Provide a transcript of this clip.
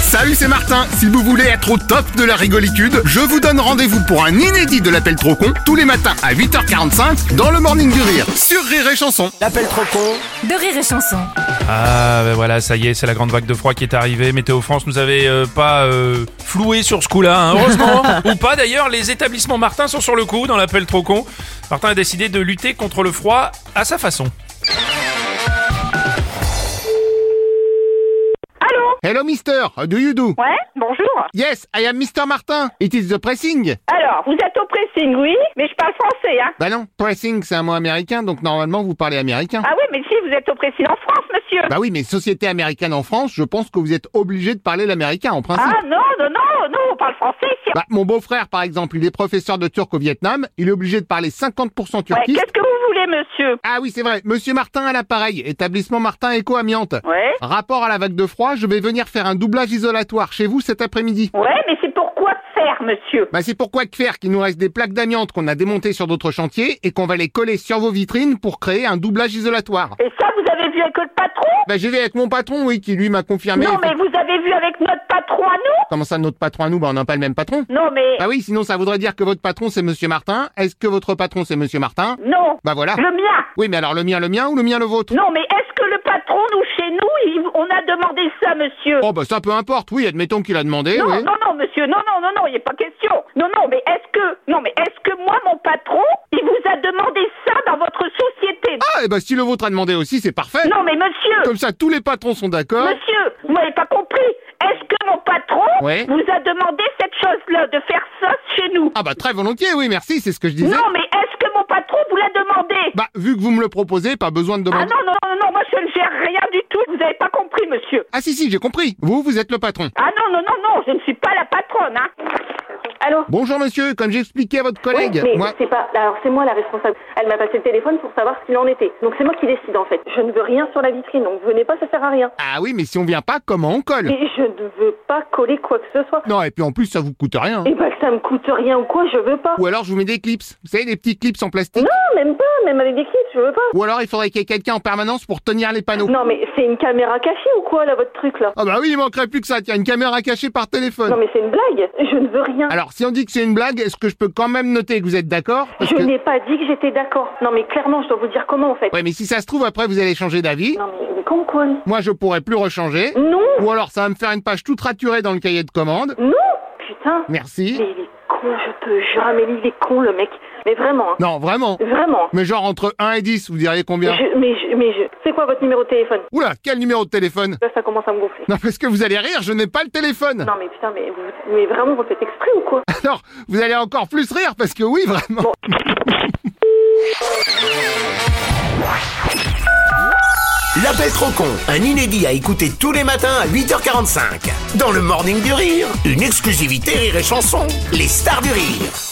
Salut, c'est Martin. Si vous voulez être au top de la rigolitude, je vous donne rendez-vous pour un inédit de l'appel trop con tous les matins à 8h45 dans le Morning du Rire sur Rire et Chanson. L'appel trop con de rire et chanson. Ah ben voilà, ça y est, c'est la grande vague de froid qui est arrivée. Météo France nous avait euh, pas euh, floué sur ce coup-là, hein. heureusement. ou pas d'ailleurs, les établissements Martin sont sur le coup dans l'appel trop con. Martin a décidé de lutter contre le froid à sa façon. Allô Hello, Mister. How do you do? Ouais, bonjour. Yes, I am Mr. Martin. It is the pressing. Alors, vous êtes au pressing, oui, mais je parle français, hein. Bah non, pressing, c'est un mot américain, donc normalement vous parlez américain. Ah oui, mais si, vous êtes au pressing en France, monsieur. Bah oui, mais société américaine en France, je pense que vous êtes obligé de parler l'américain en principe. Ah non, non, non, non, on parle français ici. Bah, mon beau-frère, par exemple, il est professeur de turc au Vietnam, il est obligé de parler 50% Ouais, turquiste. qu'est-ce que vous voulez, monsieur Ah oui, c'est vrai. Monsieur Martin à l'appareil, établissement Martin Eco Amiante. Ouais. Rapport à la vague de froid, je vais venir faire un doublage isolatoire chez vous cet après-midi. Ouais, mais c'est pour quoi faire, monsieur Bah c'est pourquoi que faire qu'il nous reste des plaques d'amiante qu'on a démontées sur d'autres chantiers et qu'on va les coller sur vos vitrines pour créer un doublage isolatoire. Et ça, vous avez vu avec le patron Bah j'ai vu avec mon patron, oui, qui lui m'a confirmé. Non, mais vous avez vu avec notre patron à nous Comment ça, notre patron à nous Bah on n'a pas le même patron. Non, mais... Bah oui, sinon ça voudrait dire que votre patron c'est Monsieur Martin. Est-ce que votre patron c'est Monsieur Martin Non, Bah voilà. le mien Oui, mais alors le mien, le mien ou le mien, le vôtre Non, mais est-ce que le patron, nous, chez nous, il- on a demandé ça, monsieur Oh bah ça peu importe. Oui, admettons qu'il a demandé. Non, Eh oui. non, non, monsieur, non, non, non, non, il n'est pas question. Non, non, mais est-ce que, non, mais est-ce que moi, mon patron, il vous a demandé ça dans votre société Ah et bah si le vôtre a demandé aussi, c'est parfait. Non, mais monsieur, Comme ça, tous les patrons sont d'accord. monsieur, vous m'avez pas compris. Est-ce que mon patron Ouais. vous a demandé cette chose-là, de faire ça chez nous Ah bah très volontiers, oui, merci, c'est ce que je disais. Non, mais est-ce que mon patron vous l'a demandé Bah vu que vous me le proposez, pas besoin de Ah demander. non, non, non, non, moi, je ne gère rien du tout, vous n'avez pas compris, monsieur. Ah si si, j'ai compris. Vous, vous êtes le patron. Ah non, non, non, non, je ne suis pas la patronne, hein. Allô Bonjour monsieur, comme j'expliquais à votre Oui, collègue, mais moi. c'est pas. Alors c'est moi la responsable. Elle m'a passé le téléphone pour savoir ce qu'il en était. Donc c'est moi qui décide en fait. Je ne veux rien sur la vitrine, donc venez pas, ça sert à rien. Ah oui, mais si on vient pas, comment on colle Et je ne veux pas coller quoi que ce soit. Non, et puis en plus ça vous coûte rien. hein. Et bah que ça me coûte rien ou quoi, je veux pas. Ou alors je vous mets des clips. Vous savez, des petits clips en plastique. Non, même pas, même avec des clips, je veux pas. Ou alors il faudrait qu'il y ait quelqu'un en permanence pour tenir les panneaux. Non mais c'est une caméra cachée ou quoi là votre truc là Ah bah oui, il manquerait plus que ça. Tiens, une caméra cachée par téléphone. Non mais c'est une blague. Je ne veux rien. Alors si on dit que c'est une blague, est-ce que je peux quand même noter que vous êtes d'accord Parce je que- n'ai pas dit que j'étais d'accord. Non mais clairement, je dois vous dire comment en fait. Ouais, mais si ça se trouve après vous allez changer d'avis. Non mais, mais comment quoi lui Moi je pourrais plus rechanger. Non, Ou alors ça va me faire une page toute raturée dans le cahier de commande. non, putain. Merci. Mais il est con, je te jure, Amélie, il est con le mec. Mais vraiment. hein. Non, vraiment. Vraiment. Mais genre entre 1 et 10, vous diriez combien Je- mais je, mais je, c'est quoi votre numéro de téléphone Oula, quel numéro de téléphone Là, ça commence à me gonfler. Non, parce que vous allez rire, je n'ai pas le téléphone. Non mais putain, mais, vous- mais vraiment, vous le faites exprès ou quoi Alors, vous allez encore plus rire, parce que oui, vraiment. L'appel trop con, un inédit à écouter tous les matins à 8h45. Dans le Morning du Rire, une exclusivité Rire et Chanson, les stars du rire.